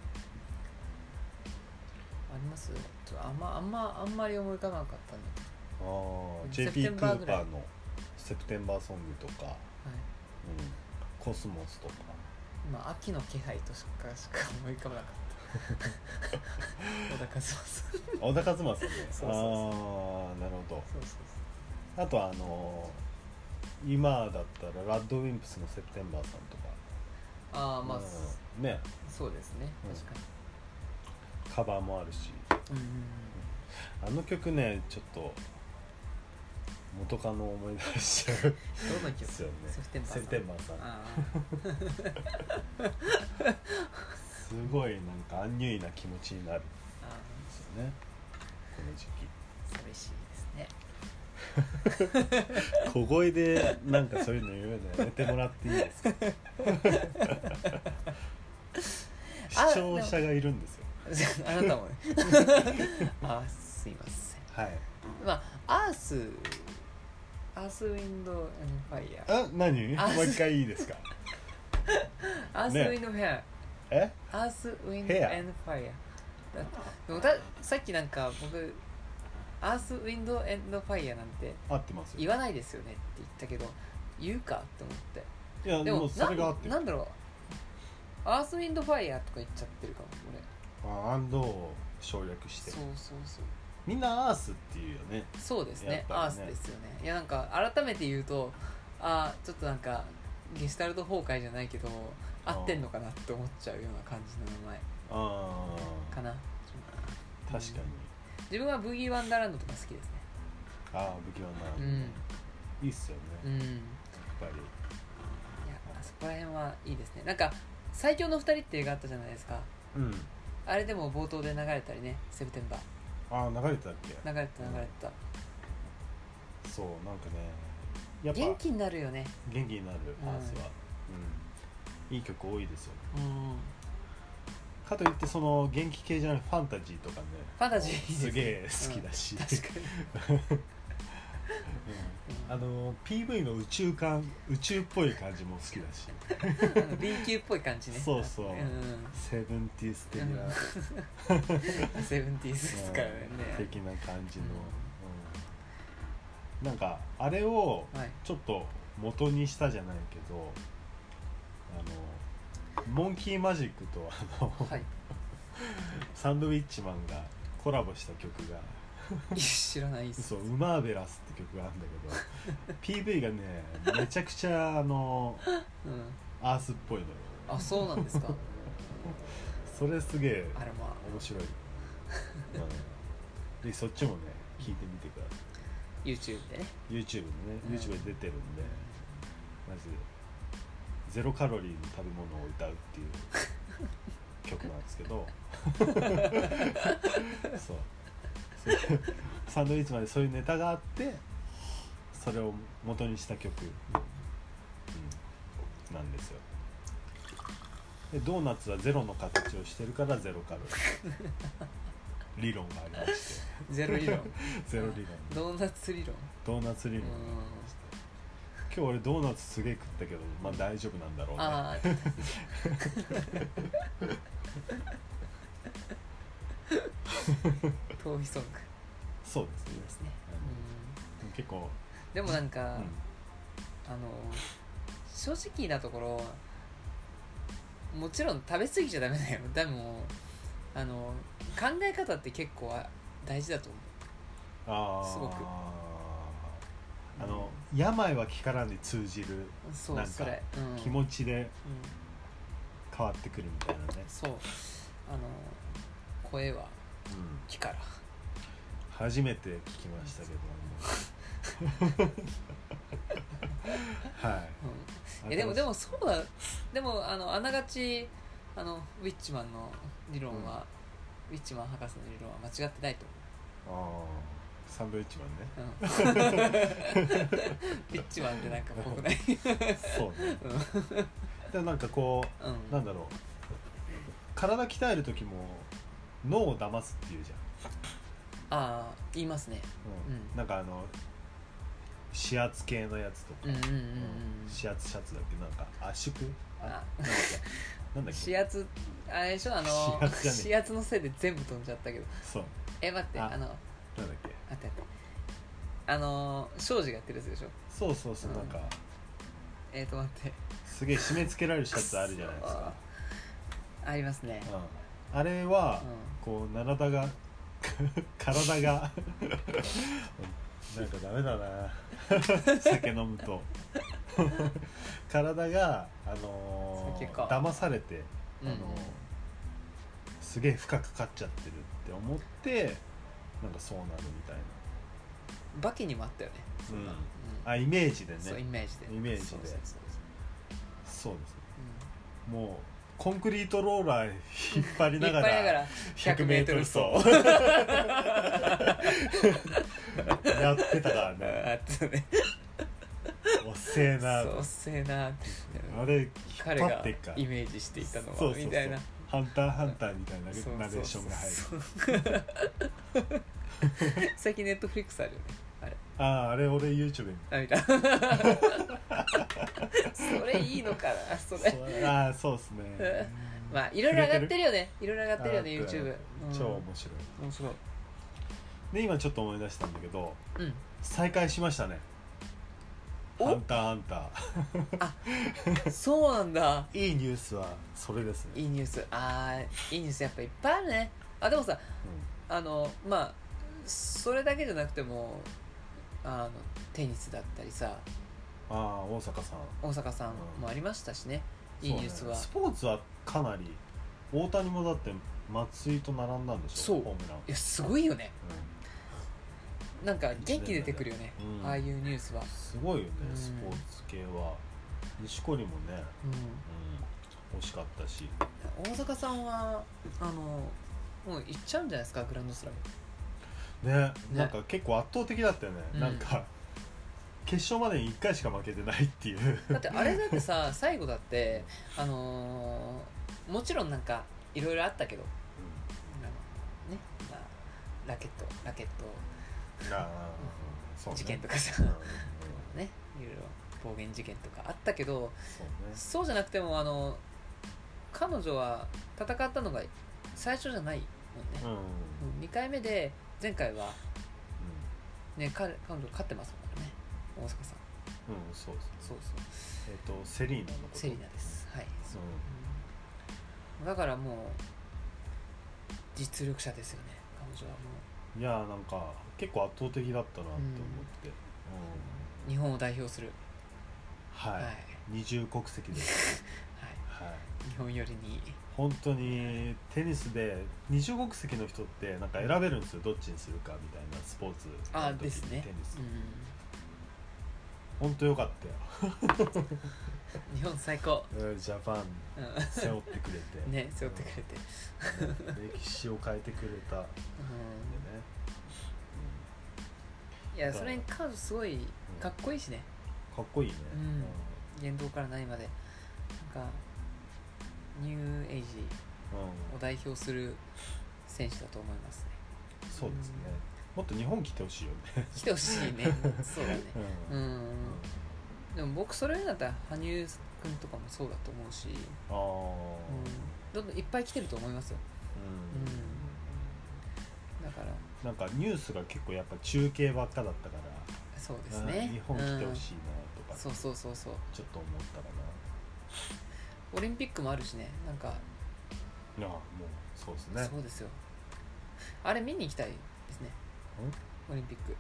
[SPEAKER 2] ありますちょっとあんまあんまあんまり思い浮かばなかったんだけど
[SPEAKER 1] あー
[SPEAKER 2] セ
[SPEAKER 1] JP
[SPEAKER 2] プテン
[SPEAKER 1] ク
[SPEAKER 2] バー
[SPEAKER 1] ー
[SPEAKER 2] ぐ
[SPEAKER 1] パ
[SPEAKER 2] らい
[SPEAKER 1] ーの「セプテンバーソング」とか、
[SPEAKER 2] は
[SPEAKER 1] う
[SPEAKER 2] い
[SPEAKER 1] んコスモス」とか
[SPEAKER 2] 今秋の気配としかしか思い浮かばなかった 小田和正そう
[SPEAKER 1] 小田和正ね
[SPEAKER 2] そうそうそう
[SPEAKER 1] ああなるほど
[SPEAKER 2] そうそ
[SPEAKER 1] あとはあのー今だったらラッドウィンプスの「セプテンバー」さんとか
[SPEAKER 2] うああまあ、
[SPEAKER 1] うんね
[SPEAKER 2] そうですね
[SPEAKER 1] うん
[SPEAKER 2] 確か
[SPEAKER 1] カバーもあるし
[SPEAKER 2] に、うんうん
[SPEAKER 1] あの曲ねちょっと元カノを思い出しち ゃうん
[SPEAKER 2] うん、どの
[SPEAKER 1] で
[SPEAKER 2] 曲
[SPEAKER 1] すよね
[SPEAKER 2] セプテンバーさん
[SPEAKER 1] セプテンバーさん
[SPEAKER 2] あ
[SPEAKER 1] すごいなんかアンニュイな気持ちになるん
[SPEAKER 2] ーあ
[SPEAKER 1] ですよねこの時
[SPEAKER 2] ー寂しいですね
[SPEAKER 1] 期小声でなんかそういうの言うのやめてもらっていいです か視聴者がいるんですよ
[SPEAKER 2] あなたもね あーすいません
[SPEAKER 1] はい
[SPEAKER 2] まあアースアースウィンドファイヤー
[SPEAKER 1] あ何
[SPEAKER 2] あ
[SPEAKER 1] もう一回いいですか
[SPEAKER 2] アースウ
[SPEAKER 1] ね
[SPEAKER 2] ィンドフェア
[SPEAKER 1] え
[SPEAKER 2] アースウィンド
[SPEAKER 1] Hair
[SPEAKER 2] エンドファイヤーだでもださっきなんか僕アースウィンドエンドファイヤーなんて
[SPEAKER 1] 合ってます
[SPEAKER 2] 言
[SPEAKER 1] よ
[SPEAKER 2] わないですよねって言ったけど言うかって思って
[SPEAKER 1] いや
[SPEAKER 2] で
[SPEAKER 1] も
[SPEAKER 2] も
[SPEAKER 1] うそれが合
[SPEAKER 2] な
[SPEAKER 1] ってる
[SPEAKER 2] なんだろうアースウィンドファイヤーとか言っちゃってるかも俺
[SPEAKER 1] アンドを省略して
[SPEAKER 2] そうそうそう
[SPEAKER 1] みんなアースっていうよね
[SPEAKER 2] そうですね
[SPEAKER 1] やっぱりね
[SPEAKER 2] アースですよねいやなんか改めて言うとあーちょっとなんかゲシュタルト崩壊じゃないけど合ってんのかなって思っちゃうような感じの名前
[SPEAKER 1] ああ
[SPEAKER 2] かな
[SPEAKER 1] 確かに
[SPEAKER 2] 自分はブギー・ワンダーランドとか好きですね
[SPEAKER 1] ああ不器用な、
[SPEAKER 2] うん
[SPEAKER 1] いいっすよね、
[SPEAKER 2] う
[SPEAKER 1] やっ
[SPEAKER 2] んい
[SPEAKER 1] ぱり
[SPEAKER 2] やあそこら辺はいいですねなんか「最強の二人」って映画あったじゃないですか
[SPEAKER 1] うん
[SPEAKER 2] あれでも冒頭で流れたりねセプテンバー
[SPEAKER 1] ああ流れてたっけ
[SPEAKER 2] 流れてた流れてた
[SPEAKER 1] そうなんかねやっぱ
[SPEAKER 2] 元気になるよね
[SPEAKER 1] 元気になる
[SPEAKER 2] うん
[SPEAKER 1] アースは、うんいい曲多いですよ
[SPEAKER 2] うん
[SPEAKER 1] かかといってその元気系じゃないファンタジーとかね
[SPEAKER 2] ファンタジーいいです
[SPEAKER 1] す
[SPEAKER 2] ね
[SPEAKER 1] げえ好きだし、
[SPEAKER 2] 確かに
[SPEAKER 1] うんあの PV の宇宙感宇宙っぽい感じも好きだし
[SPEAKER 2] あの B 級っぽい感じね
[SPEAKER 1] そうそう
[SPEAKER 2] うん
[SPEAKER 1] セブンティース的な、
[SPEAKER 2] うん セブンティーズですからね
[SPEAKER 1] うん的な感じの、うんなんかあれを
[SPEAKER 2] はい
[SPEAKER 1] ちょっと元にしたじゃないけどあのモンキーマジックとあの、
[SPEAKER 2] はい
[SPEAKER 1] サンドウィッチマンがコラボした曲が
[SPEAKER 2] いや知らないっす
[SPEAKER 1] そう「ウマーベラス」って曲があるんだけど PV がねめちゃくちゃあの
[SPEAKER 2] うん
[SPEAKER 1] アースっぽいのよ
[SPEAKER 2] あそうなんですか
[SPEAKER 1] それすげえ
[SPEAKER 2] あらまあ
[SPEAKER 1] 面白い、うんでそっちもね聞いてみてください
[SPEAKER 2] YouTube でね
[SPEAKER 1] YouTube のね、
[SPEAKER 2] うん
[SPEAKER 1] YouTube で出てるんでマジでゼロカロリーの食べ物を歌うっていう曲なんですけど そうそうサンドイッチまでそういうネタがあってそれを元にした曲、うん、なんですよでドーナツはゼロの形をしてるからゼロカロリー理 論がありまして
[SPEAKER 2] ゼロ理論
[SPEAKER 1] ゼロ理論
[SPEAKER 2] ドーナツ理論
[SPEAKER 1] ドーナツ理論がありまして今日俺ドーナツすげえ食ったけどまあ大丈夫なんだろうね
[SPEAKER 2] ああ
[SPEAKER 1] そう
[SPEAKER 2] 逃避ソング
[SPEAKER 1] ですね
[SPEAKER 2] ですね、
[SPEAKER 1] 結構、
[SPEAKER 2] うん、でもなん
[SPEAKER 1] う
[SPEAKER 2] か、
[SPEAKER 1] ん
[SPEAKER 2] あの正直なところもちろん食べ過ぎちゃダメだよでもあの考え方って結構あ大事だと思
[SPEAKER 1] ああ
[SPEAKER 2] すごく
[SPEAKER 1] あの病は気からに通じる
[SPEAKER 2] うそう
[SPEAKER 1] なんか
[SPEAKER 2] それ、うん、
[SPEAKER 1] 気持ちで
[SPEAKER 2] うん
[SPEAKER 1] 変わってくるみたいなね、
[SPEAKER 2] そうあの声は
[SPEAKER 1] うん
[SPEAKER 2] 木から
[SPEAKER 1] 初めて聞きましたけ どは
[SPEAKER 2] うん
[SPEAKER 1] い
[SPEAKER 2] えでもでもそうだでもあのあながちあのウィッチマンの理論は、ウィッチマン博士の理論は間違ってないと
[SPEAKER 1] ああサンドイッチマン ね
[SPEAKER 2] 思う、 うんウィッチマンってなんか僕ない
[SPEAKER 1] そうねでもなんかこう
[SPEAKER 2] うん
[SPEAKER 1] なんだろう体鍛える時も脳を騙すっていうじゃん、
[SPEAKER 2] ああ言いますね
[SPEAKER 1] うん
[SPEAKER 2] うん
[SPEAKER 1] なんかあの指圧系のやつとか、
[SPEAKER 2] うんうんうんうん
[SPEAKER 1] うん指圧シャツだっけなんか圧縮あ
[SPEAKER 2] あ
[SPEAKER 1] なんだっけなんだっけ
[SPEAKER 2] 指圧あれでしょあの
[SPEAKER 1] 指圧じゃねえ
[SPEAKER 2] 指圧のせいで全部飛んじゃったけど
[SPEAKER 1] そう
[SPEAKER 2] え待って
[SPEAKER 1] あ
[SPEAKER 2] あ
[SPEAKER 1] な
[SPEAKER 2] の
[SPEAKER 1] んだっけ
[SPEAKER 2] 待って待ってあの庄司がやってるやつでしょ
[SPEAKER 1] そうそうそう、
[SPEAKER 2] うん
[SPEAKER 1] なんか
[SPEAKER 2] えっ、ー、と待って
[SPEAKER 1] すげえ締め付けられるシャツあるじゃないですか、
[SPEAKER 2] ありますね、
[SPEAKER 1] うん、あれは、
[SPEAKER 2] う
[SPEAKER 1] こう体が 体がなんかダメだな酒飲むと体があのー
[SPEAKER 2] 酒か
[SPEAKER 1] 騙されて、あ
[SPEAKER 2] ん
[SPEAKER 1] のーすげえ負荷かかっちゃってるって思ってなんかそうなるみたいな、
[SPEAKER 2] バキにもあったよね、
[SPEAKER 1] うん
[SPEAKER 2] うん
[SPEAKER 1] あイメージで
[SPEAKER 2] そうイ
[SPEAKER 1] ね
[SPEAKER 2] メージで
[SPEAKER 1] イメージで
[SPEAKER 2] そうそうそ
[SPEAKER 1] そ
[SPEAKER 2] うそう
[SPEAKER 1] うです
[SPEAKER 2] う
[SPEAKER 1] もうコンクリートローラー引っ張り
[SPEAKER 2] ん引
[SPEAKER 1] なが
[SPEAKER 2] っ張りなが
[SPEAKER 1] ら
[SPEAKER 2] ら
[SPEAKER 1] 100m
[SPEAKER 2] 100m
[SPEAKER 1] 走 やってたから
[SPEAKER 2] あ
[SPEAKER 1] ね
[SPEAKER 2] ったね
[SPEAKER 1] 遅えな
[SPEAKER 2] そうっせえなって
[SPEAKER 1] あれ引っ
[SPEAKER 2] 彼
[SPEAKER 1] 張っ
[SPEAKER 2] が
[SPEAKER 1] てっから
[SPEAKER 2] イメージしていたの
[SPEAKER 1] そう
[SPEAKER 2] は
[SPEAKER 1] そうそう
[SPEAKER 2] みたいな
[SPEAKER 1] ハンターハンターみたいな
[SPEAKER 2] そうそうそう
[SPEAKER 1] ナレーションが入る
[SPEAKER 2] そう 最近ネットフリックスあるよねあれ
[SPEAKER 1] あああれ俺 YouTube に
[SPEAKER 2] あ 見たそれいいのかなそれ
[SPEAKER 1] そうああそうっすね
[SPEAKER 2] まあいろいろ上がって
[SPEAKER 1] る
[SPEAKER 2] るよねいろいろ上がってるよね
[SPEAKER 1] 上がってる
[SPEAKER 2] YouTube うん
[SPEAKER 1] 超面白い
[SPEAKER 2] 面白い
[SPEAKER 1] で今ちょっと思い出したんだけど
[SPEAKER 2] うん
[SPEAKER 1] 再開しましたね
[SPEAKER 2] お
[SPEAKER 1] ハンターハンタ
[SPEAKER 2] そうなんだ
[SPEAKER 1] ーいいニュースはそれですね
[SPEAKER 2] いいニュースあーいいニュースやっぱいっぱいあるねあでもさあのまあそれだけじゃなくてもあのテニスだったりさ
[SPEAKER 1] うんああ大阪さん
[SPEAKER 2] 大坂さんもありましたしね、いいニュースは
[SPEAKER 1] そうねスポーツはかなり大谷もだって松井と並んだんでしょ
[SPEAKER 2] そう
[SPEAKER 1] ホームラン
[SPEAKER 2] いやすごいよね
[SPEAKER 1] う
[SPEAKER 2] なんか元気出てくるよね、
[SPEAKER 1] うん
[SPEAKER 2] ああいうニュースは
[SPEAKER 1] ん、すごいよね
[SPEAKER 2] うん
[SPEAKER 1] スポーツ系は錦織もね
[SPEAKER 2] うん
[SPEAKER 1] うん惜しかったし
[SPEAKER 2] 大坂さんはあのもう行っちゃうんじゃないですかグランドスラム
[SPEAKER 1] ね
[SPEAKER 2] ね
[SPEAKER 1] なんか結構圧倒的だったよね、
[SPEAKER 2] うん
[SPEAKER 1] なんか決勝までに1回しか負けてない っていう
[SPEAKER 2] だってあれだってさ最後だってあのーもちろんなんかいろいろあったけどあのね、まあ、ラケットラケット
[SPEAKER 1] ああそうね
[SPEAKER 2] 事件とか
[SPEAKER 1] う
[SPEAKER 2] さ、
[SPEAKER 1] んうん
[SPEAKER 2] ねいろいろ暴言事件とかあったけど
[SPEAKER 1] そうね
[SPEAKER 2] そうじゃなくてもあの彼女は戦ったのが最初じゃないもんね
[SPEAKER 1] う、んうん
[SPEAKER 2] 2回目で前回はね彼彼女勝ってますからね大阪さん
[SPEAKER 1] うんそうです
[SPEAKER 2] そうそう
[SPEAKER 1] えっとセリーナのこと
[SPEAKER 2] セリナですはいそうう、
[SPEAKER 1] ん
[SPEAKER 2] うんだからもう実力者ですよね彼女はも
[SPEAKER 1] いやーなんか結構圧倒的だったなって思って、
[SPEAKER 2] う日本を代表する
[SPEAKER 1] うんはい、
[SPEAKER 2] はい、はい、
[SPEAKER 1] 二重国籍です、はい、
[SPEAKER 2] 日本よりに
[SPEAKER 1] 本当にテニスで二重国籍の人ってなんか選べるんですよどっちにするかみたいなスポーツ
[SPEAKER 2] あ
[SPEAKER 1] の時に
[SPEAKER 2] ですね
[SPEAKER 1] テニス
[SPEAKER 2] う
[SPEAKER 1] 本当よかったよ
[SPEAKER 2] ん日本最高、
[SPEAKER 1] うんジャパン
[SPEAKER 2] う
[SPEAKER 1] 背負ってくれて
[SPEAKER 2] ん、ね背負ってくれて、
[SPEAKER 1] うん歴史を変えてくれたんでね、
[SPEAKER 2] うん、いやそれに彼女すごいかっこいいしね
[SPEAKER 1] うんかっこいいね、
[SPEAKER 2] うん言動から何までなんかニューエイジ
[SPEAKER 1] うん
[SPEAKER 2] を代表する選手だと思い ますね
[SPEAKER 1] そうですねもっと日本来てほしいよね、
[SPEAKER 2] 来てほし いねそうだね
[SPEAKER 1] うん
[SPEAKER 2] う
[SPEAKER 1] うん
[SPEAKER 2] んでも僕それだったら羽生君とかもそうだと思うし、
[SPEAKER 1] ああ、
[SPEAKER 2] うん、どんどんいっぱい来てると思いますよ
[SPEAKER 1] うん
[SPEAKER 2] だから
[SPEAKER 1] なんかニュースが結構やっぱ中継ばっかだったから
[SPEAKER 2] そうです
[SPEAKER 1] あ
[SPEAKER 2] ね
[SPEAKER 1] ー日本来てほし
[SPEAKER 2] い、
[SPEAKER 1] い
[SPEAKER 2] うん
[SPEAKER 1] なと
[SPEAKER 2] そ
[SPEAKER 1] か
[SPEAKER 2] うそうそうそう
[SPEAKER 1] ちょっと思ったか
[SPEAKER 2] オリンピックもあるしねなんか、
[SPEAKER 1] な、いやもうそうですね
[SPEAKER 2] そうですよあれ見に行きたいですねオリンピック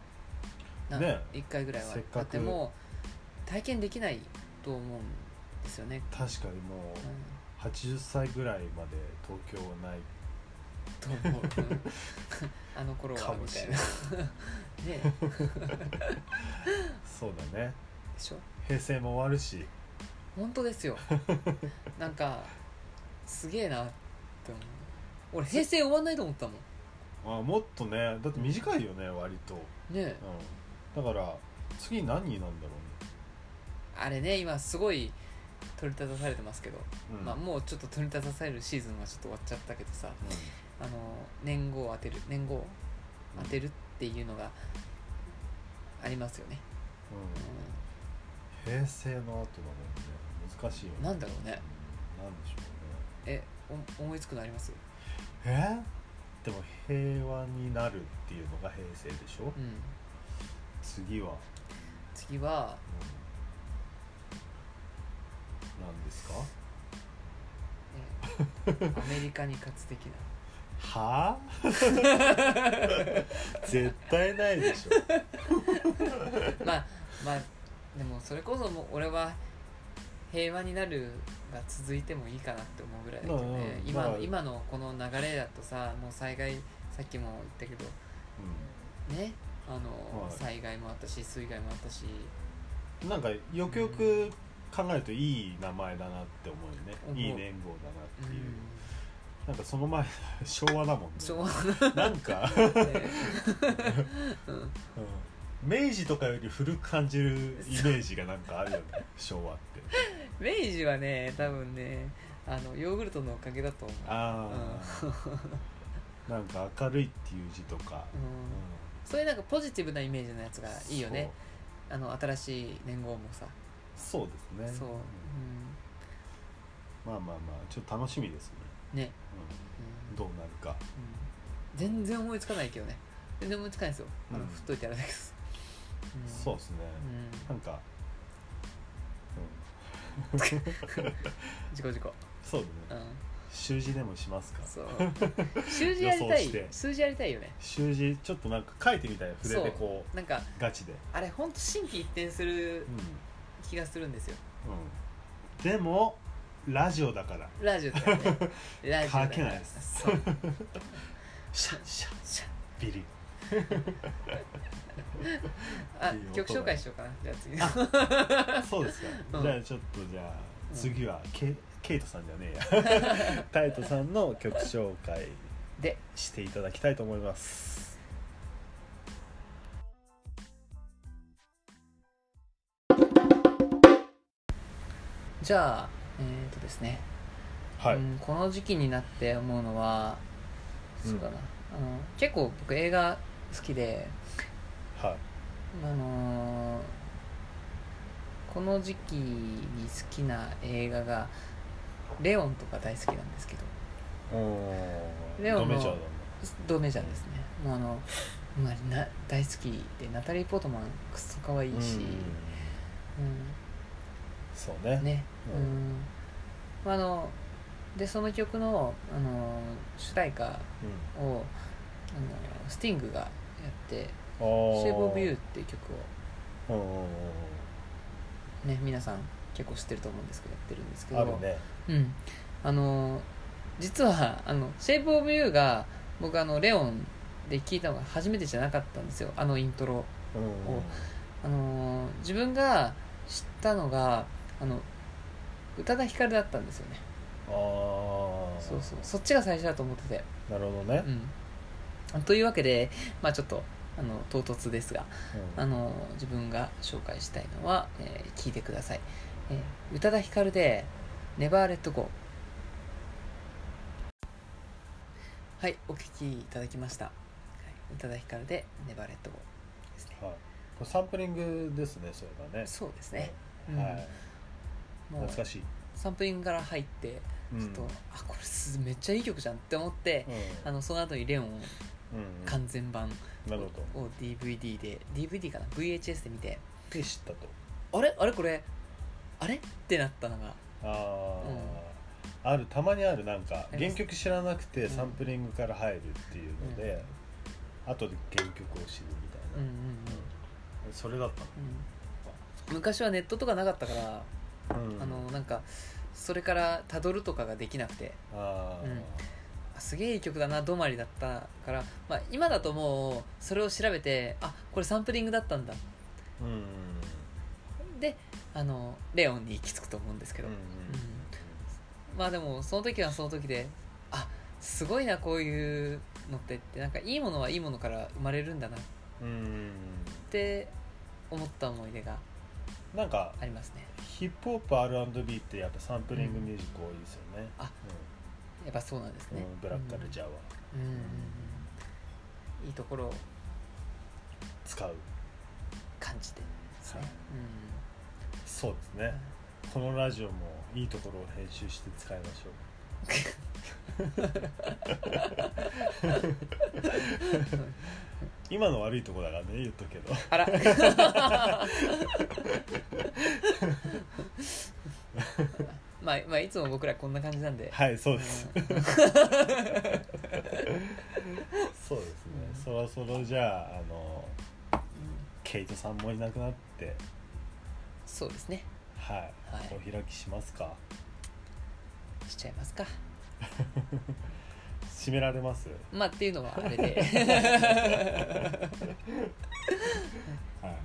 [SPEAKER 2] な
[SPEAKER 1] ね
[SPEAKER 2] 1回ぐらいは
[SPEAKER 1] せっかく
[SPEAKER 2] だってもう体験できないと思うんですよね、
[SPEAKER 1] 確かにも
[SPEAKER 2] うん
[SPEAKER 1] う80歳ぐらいまで東京はない
[SPEAKER 2] と思う うんあの頃
[SPEAKER 1] か
[SPEAKER 2] はみ
[SPEAKER 1] も
[SPEAKER 2] た
[SPEAKER 1] しれ
[SPEAKER 2] いな
[SPEAKER 1] な
[SPEAKER 2] ねえ
[SPEAKER 1] そうだね
[SPEAKER 2] でしょ
[SPEAKER 1] 平成も終わるし
[SPEAKER 2] 本当ですよなんかすげえなって思う俺平成終わんないと思ったもんね
[SPEAKER 1] あもっとねだって短いよね割と、
[SPEAKER 2] え
[SPEAKER 1] うん、だから次何になんだろ
[SPEAKER 2] あれね今すごい取り立たされてますけど、
[SPEAKER 1] うね、うん
[SPEAKER 2] まあ、もうちょっと取り立たされるシーズンはちょっと終わっちゃったけどさあの年号を当てる年号を当てるっていうのがありますよね、
[SPEAKER 1] うんうん、平成の後だもんね難しいよ
[SPEAKER 2] うん、
[SPEAKER 1] ね
[SPEAKER 2] なんだろうね
[SPEAKER 1] なんでしょうね
[SPEAKER 2] えお思いつくのあります
[SPEAKER 1] えでも平和になるっていうのが平成でしょ、
[SPEAKER 2] うん
[SPEAKER 1] 次は、
[SPEAKER 2] 次は
[SPEAKER 1] うん、何ですか
[SPEAKER 2] えーアメリカに勝つ的な
[SPEAKER 1] は あ絶対ないでしょ
[SPEAKER 2] まあまあでもそれこそもう俺は平和になるが続いてもいいかなって思うぐらいだけど
[SPEAKER 1] まあ
[SPEAKER 2] ね
[SPEAKER 1] うん
[SPEAKER 2] 今
[SPEAKER 1] まあ
[SPEAKER 2] の今のこの流れだとさもう災害さっきも言ったけどねあの、
[SPEAKER 1] はい
[SPEAKER 2] 災害もあったし水害もあったし
[SPEAKER 1] うん、なんかよくよく考えるといい名前だなって思うよ
[SPEAKER 2] 思う
[SPEAKER 1] ねいい年号だな
[SPEAKER 2] う
[SPEAKER 1] っていう、
[SPEAKER 2] ん
[SPEAKER 1] なんかその前昭和だもんね
[SPEAKER 2] 昭和
[SPEAKER 1] なんか、
[SPEAKER 2] なんでうん
[SPEAKER 1] うん明治とかより古く感じるイメージがなんかあるよね昭和って
[SPEAKER 2] 明治はね多分ねあのヨーグルトのおかげだと思う
[SPEAKER 1] ああ、なんか明るいっていう字とか、
[SPEAKER 2] うんそういうなんかポジティブなイメージのやつがいいよねあの新しい年号もさ
[SPEAKER 1] そうそうですね
[SPEAKER 2] そう、
[SPEAKER 1] ん
[SPEAKER 2] う
[SPEAKER 1] まあまあまあちょっと楽しみですね、
[SPEAKER 2] ん、ね、
[SPEAKER 1] う、
[SPEAKER 2] うんん
[SPEAKER 1] どうなるか
[SPEAKER 2] うん全然思いつかないけどね全然思いつかないですよあの、
[SPEAKER 1] うん
[SPEAKER 2] 振っといてあれだけど、うん
[SPEAKER 1] そうですね、
[SPEAKER 2] う
[SPEAKER 1] なんんか、
[SPEAKER 2] 事故事故
[SPEAKER 1] そうだね、
[SPEAKER 2] うん
[SPEAKER 1] 習字でもしますか
[SPEAKER 2] そう 数字やりた
[SPEAKER 1] 予想し
[SPEAKER 2] い
[SPEAKER 1] て
[SPEAKER 2] 数字やりたいよね
[SPEAKER 1] 習字ちょっとなんか書いてみたい筆でこう
[SPEAKER 2] なんか
[SPEAKER 1] ガチで
[SPEAKER 2] あれほんと心機一転す
[SPEAKER 1] う
[SPEAKER 2] る
[SPEAKER 1] ん、うん、
[SPEAKER 2] 気がするんですよ
[SPEAKER 1] でもラジオだから
[SPEAKER 2] ラジオだよねラジオだから
[SPEAKER 1] 書けないです
[SPEAKER 2] そう
[SPEAKER 1] シャッシャッ
[SPEAKER 2] シャ
[SPEAKER 1] ビリ
[SPEAKER 2] あ
[SPEAKER 1] いい音だ
[SPEAKER 2] 曲紹介しようかなじゃあ次
[SPEAKER 1] そうですか、
[SPEAKER 2] うん
[SPEAKER 1] じゃあちょっとじゃあ
[SPEAKER 2] うん
[SPEAKER 1] 次はケ,、ケイトさんじゃねえ やタイトさんの曲紹介
[SPEAKER 2] で
[SPEAKER 1] していただきたいと思います
[SPEAKER 2] じゃあえっ、ー、とですね
[SPEAKER 1] はい、
[SPEAKER 2] うんこの時期になって思うのはそうだな、あの結構僕映画好きで、
[SPEAKER 1] はい
[SPEAKER 2] あのーこの時期に好きな映画が「レオン」とか大好きなんですけど
[SPEAKER 1] うん
[SPEAKER 2] レ
[SPEAKER 1] ド
[SPEAKER 2] オの
[SPEAKER 1] メジャーだね
[SPEAKER 2] ドメジャーですねもうあの、まあ、な大好きでナタリー・ポートマンクソ可愛いし、
[SPEAKER 1] そうね
[SPEAKER 2] うんね
[SPEAKER 1] う
[SPEAKER 2] うんん、まあ、あのでその曲の、あの主題歌
[SPEAKER 1] うん
[SPEAKER 2] を、あのスティングがやって
[SPEAKER 1] あ
[SPEAKER 2] 「シ
[SPEAKER 1] ー
[SPEAKER 2] ェーブ・オブ・ユー」っていう曲を
[SPEAKER 1] うんうんうん
[SPEAKER 2] ね皆さん結構知ってると思うんですけどやってるんですけ
[SPEAKER 1] うん
[SPEAKER 2] ど
[SPEAKER 1] あるね
[SPEAKER 2] うんあの実はあの「シェイプ・オブ・ユー」が僕あのレオンで聞いたのが初めてじゃなかったんですよあのイントロ
[SPEAKER 1] うんうんうん
[SPEAKER 2] あの自分が知ったのがあの宇多田ヒカルだったんですよね
[SPEAKER 1] ああ
[SPEAKER 2] そうそうそっちが最初だと思ってて
[SPEAKER 1] なるほどね
[SPEAKER 2] うんというわけでまあちょっとあの唐突ですが
[SPEAKER 1] う
[SPEAKER 2] あ
[SPEAKER 1] ん
[SPEAKER 2] の自分が紹介したいのは、えー聞いてください、えー宇多田ヒカルで「ネバーレットゴー」はいお聞きいただきました、はい、宇多田ヒカルで「ネバーレットゴー」ですね
[SPEAKER 1] はいこれサンプリングですねそれがね
[SPEAKER 2] そうですね、うん
[SPEAKER 1] はい
[SPEAKER 2] もう
[SPEAKER 1] 懐かしい
[SPEAKER 2] サンプリングから入ってちょっと、
[SPEAKER 1] うん
[SPEAKER 2] あこれすめっちゃいい曲じゃんって思って、
[SPEAKER 1] うん
[SPEAKER 2] あのその後にレオンを
[SPEAKER 1] うんうん
[SPEAKER 2] 完全版
[SPEAKER 1] なるほど
[SPEAKER 2] を DVD で DVD かな VHS で見て
[SPEAKER 1] で知ったと
[SPEAKER 2] あれあれこれあれってなったのが
[SPEAKER 1] ああ、あるたまにあるなんか
[SPEAKER 2] あります
[SPEAKER 1] 原曲知らなくて
[SPEAKER 2] うん
[SPEAKER 1] サンプリングから入るっていうので、後で原曲を知るみた
[SPEAKER 2] う
[SPEAKER 1] い
[SPEAKER 2] んう
[SPEAKER 1] な、
[SPEAKER 2] んうん
[SPEAKER 1] それだった
[SPEAKER 2] うん昔はネットとかなかったから、
[SPEAKER 1] の、
[SPEAKER 2] あのなんかそれからたどるとかができなくて
[SPEAKER 1] あー、
[SPEAKER 2] うんあすげえいい曲だな止まりだったから、まあ、今だともうそれを調べてあこれサンプリングだったんだ
[SPEAKER 1] うんうん
[SPEAKER 2] であのレオンに行き着くと思うんですけど、まあでもその時はその時であすごいなこういうのってってなんかいいものはいいものから生まれるんだなっ
[SPEAKER 1] うんうん
[SPEAKER 2] て思った思い出が
[SPEAKER 1] なんか
[SPEAKER 2] ありますね
[SPEAKER 1] ヒップホップ R&B ってやっぱサンプリングミュージック多いですよね、
[SPEAKER 2] あやっぱそうなんです
[SPEAKER 1] うん
[SPEAKER 2] ね、
[SPEAKER 1] うんブラックカルチャーは
[SPEAKER 2] うんうんうんうんいいところを
[SPEAKER 1] 使う、
[SPEAKER 2] 感じてですね、
[SPEAKER 1] はいそうですねこのラジオもいいところを編集して使いましょう今の悪いとこだからね言っとくけど
[SPEAKER 2] あら まあまあいつも僕らこんな感じなんで、
[SPEAKER 1] はいそうです
[SPEAKER 2] うん
[SPEAKER 1] そうですね、そろそろじゃああのケイトさんもいなくなって
[SPEAKER 2] そうですね
[SPEAKER 1] はい、
[SPEAKER 2] はい
[SPEAKER 1] お開きしますか
[SPEAKER 2] しちゃいますか
[SPEAKER 1] 閉められます
[SPEAKER 2] まあっていうのはあれで
[SPEAKER 1] はい、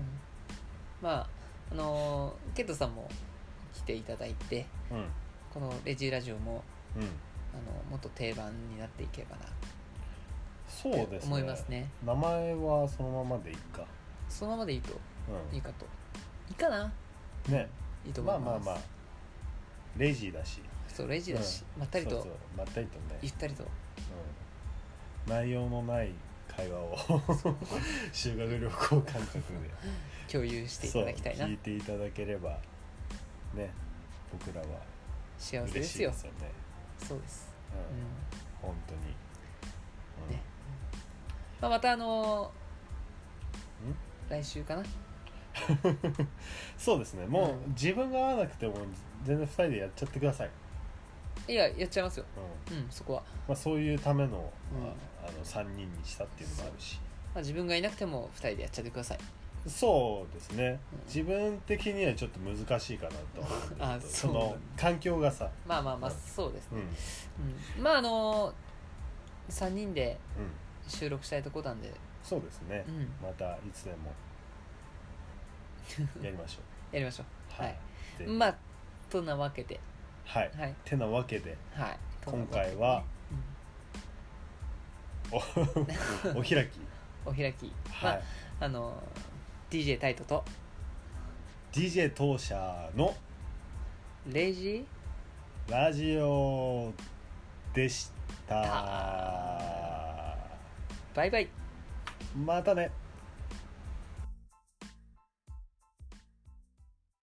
[SPEAKER 2] まああのーケントさんも来ていただいて
[SPEAKER 1] うん
[SPEAKER 2] このレジラジオも
[SPEAKER 1] うん
[SPEAKER 2] あのもっと定番になっていけばな
[SPEAKER 1] そう
[SPEAKER 2] っ
[SPEAKER 1] で
[SPEAKER 2] て
[SPEAKER 1] すね
[SPEAKER 2] 思いますね
[SPEAKER 1] 名前はそのままでいいか
[SPEAKER 2] そのままでいいといいうかといいかなん
[SPEAKER 1] ね
[SPEAKER 2] いいと思
[SPEAKER 1] ま
[SPEAKER 2] い
[SPEAKER 1] あ
[SPEAKER 2] ます
[SPEAKER 1] まあまあレジだし
[SPEAKER 2] そうレジだし、まったり
[SPEAKER 1] そう
[SPEAKER 2] と
[SPEAKER 1] そうまったりとね、
[SPEAKER 2] ゆったりと
[SPEAKER 1] うん、内容のない会話 を修学旅行感覚で
[SPEAKER 2] 共有していただきたい
[SPEAKER 1] そ
[SPEAKER 2] な
[SPEAKER 1] う聞いていただければね僕らは
[SPEAKER 2] 幸せで
[SPEAKER 1] 嬉しい
[SPEAKER 2] すよ
[SPEAKER 1] ですよね
[SPEAKER 2] そうです、
[SPEAKER 1] う
[SPEAKER 2] うん
[SPEAKER 1] ん、本当に、うん
[SPEAKER 2] ねまあ、またあの
[SPEAKER 1] ん
[SPEAKER 2] ー来週かな
[SPEAKER 1] そうですねもう、
[SPEAKER 2] うん
[SPEAKER 1] 自分が合わなくても全然2人でやっちゃってください、
[SPEAKER 2] いややっちゃいますよ
[SPEAKER 1] うん
[SPEAKER 2] うんそこは、
[SPEAKER 1] まあ、そういうための,、
[SPEAKER 2] うん
[SPEAKER 1] あの3人にしたっていうのもあるし
[SPEAKER 2] まあ、自分がいなくても2人でやっちゃってください
[SPEAKER 1] そうですね、
[SPEAKER 2] うん
[SPEAKER 1] 自分的にはちょっと難しいかなと思うんだけど
[SPEAKER 2] あそうなんだ
[SPEAKER 1] の環境がさ
[SPEAKER 2] まあまあまあ
[SPEAKER 1] うん
[SPEAKER 2] そうです
[SPEAKER 1] うん
[SPEAKER 2] ね、うんまああのー、3人で
[SPEAKER 1] うん
[SPEAKER 2] 収録したいとこなんで、
[SPEAKER 1] そうですね
[SPEAKER 2] う、ん、
[SPEAKER 1] またいつで もやりましょ
[SPEAKER 2] やりましょ
[SPEAKER 1] う
[SPEAKER 2] はい
[SPEAKER 1] ぜ
[SPEAKER 2] う
[SPEAKER 1] ひ
[SPEAKER 2] まあとなわけで
[SPEAKER 1] はい
[SPEAKER 2] はい
[SPEAKER 1] てなわけで
[SPEAKER 2] はいとな
[SPEAKER 1] 今
[SPEAKER 2] わけでね
[SPEAKER 1] 回 はおお開き
[SPEAKER 2] うんお開き、ま
[SPEAKER 1] は
[SPEAKER 2] あ
[SPEAKER 1] い
[SPEAKER 2] あのー、DJ タイトと
[SPEAKER 1] DJ 当社の
[SPEAKER 2] レイジー
[SPEAKER 1] ラジオでした
[SPEAKER 2] バイバイ
[SPEAKER 1] またね